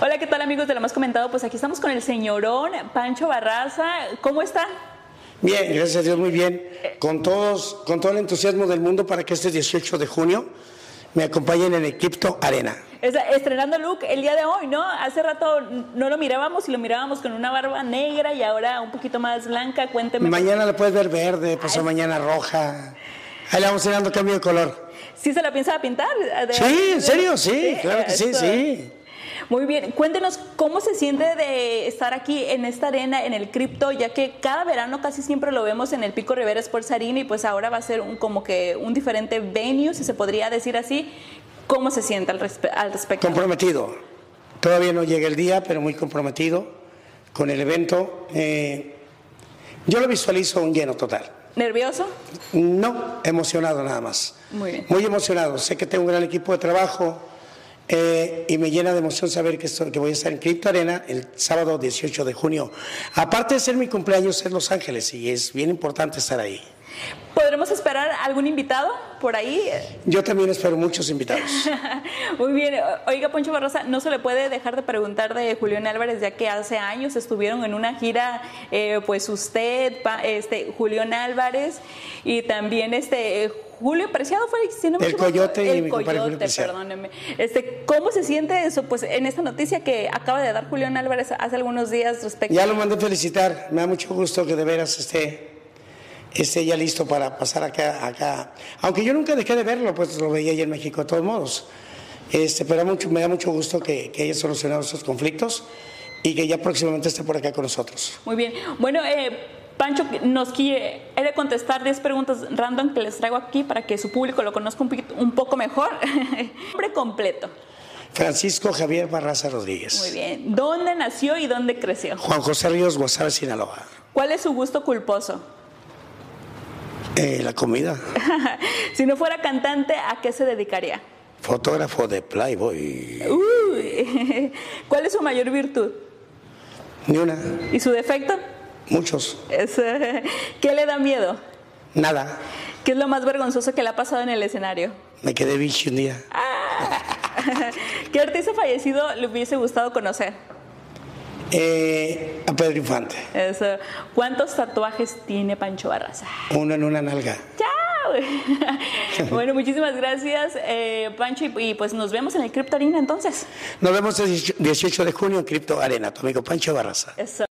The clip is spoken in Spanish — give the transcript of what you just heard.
Hola, ¿qué tal amigos de lo más comentado? Pues aquí estamos con el señorón Pancho Barraza. ¿Cómo está? Bien, gracias a Dios, muy bien. Con todos, con todo el entusiasmo del mundo para que este 18 de junio me acompañen en Egipto Arena. Es- Estrenando look el día de hoy, ¿no? Hace rato no lo mirábamos y lo mirábamos con una barba negra y ahora un poquito más blanca. Cuénteme. Mañana la puedes ver verde, pasó mañana roja. Ahí le vamos a ir dando cambio de color. ¿Sí se la piensa pintar? De- Sí, en serio, sí, claro que sí, eso. sí. Muy bien, cuéntenos cómo se siente de estar aquí en esta arena, en el cripto, ya que cada verano casi siempre lo vemos en el Pico Rivera Sports Arena y pues ahora va a ser un, como que un diferente venue, si se podría decir así. ¿Cómo se siente al, respe- al respecto? Comprometido. Todavía no llega el día, pero muy comprometido con el evento. Eh, yo lo visualizo un lleno total. ¿Nervioso? No, emocionado nada más. Muy bien. Muy emocionado. Sé que tengo un gran equipo de trabajo eh, y me llena de emoción saber que, estoy- que voy a estar en Crypto Arena el sábado 18 de junio. Aparte de ser mi cumpleaños en Los Ángeles y es bien importante estar ahí. ¿Podremos esperar algún invitado por ahí? Yo también espero muchos invitados. Muy bien, O- oiga Poncho Barrosa, no se le puede dejar de preguntar de Julián Álvarez, ya que hace años estuvieron en una gira, eh, pues usted, pa- este, Julián Álvarez y también este eh, Julio Preciado fue si no me El equivoco, Coyote y el mi compadre Julio Coyote, Preciado. perdóneme. Este, ¿cómo se siente eso? Pues en esta noticia que acaba de dar Julián Álvarez hace algunos días respecto Ya lo mandé felicitar. Me da mucho gusto que de veras esté, esté ya listo para pasar acá, acá. Aunque yo nunca dejé de verlo, pues lo veía allá en México de todos modos. Este, pero da mucho- me da mucho gusto que, que haya solucionado esos conflictos y que ya próximamente esté por acá con nosotros. Muy bien. Bueno, eh, Pancho, nos quiere he de contestar 10 preguntas random que les traigo aquí para que su público lo conozca un, poquito- un poco mejor. Nombre completo. Francisco Javier Barraza Rodríguez. Muy bien. ¿Dónde nació y dónde creció? Juan José Ríos, Guasave, Sinaloa. ¿Cuál es su gusto culposo? Eh, la comida. si no fuera cantante, ¿a qué se dedicaría? Fotógrafo de Playboy. Uy. ¿Cuál es su mayor virtud? Ni una, ¿Y su defecto? muchos. Es, eh, ¿Qué le da miedo? Nada. ¿Qué es lo más vergonzoso que le ha pasado en el escenario? Me quedé bichi un día. ¿Qué artista fallecido le hubiese gustado conocer? Eh, a Pedro Infante. Eso. eh, ¿Cuántos tatuajes tiene Pancho Barraza? Uno en una nalga. ¡Chao! bueno, muchísimas gracias, eh, Pancho, y, y pues nos vemos en el Crypto Arena entonces. Nos vemos el 18 de junio en Cripto Arena. Tu amigo Pancho Barraza. Eso.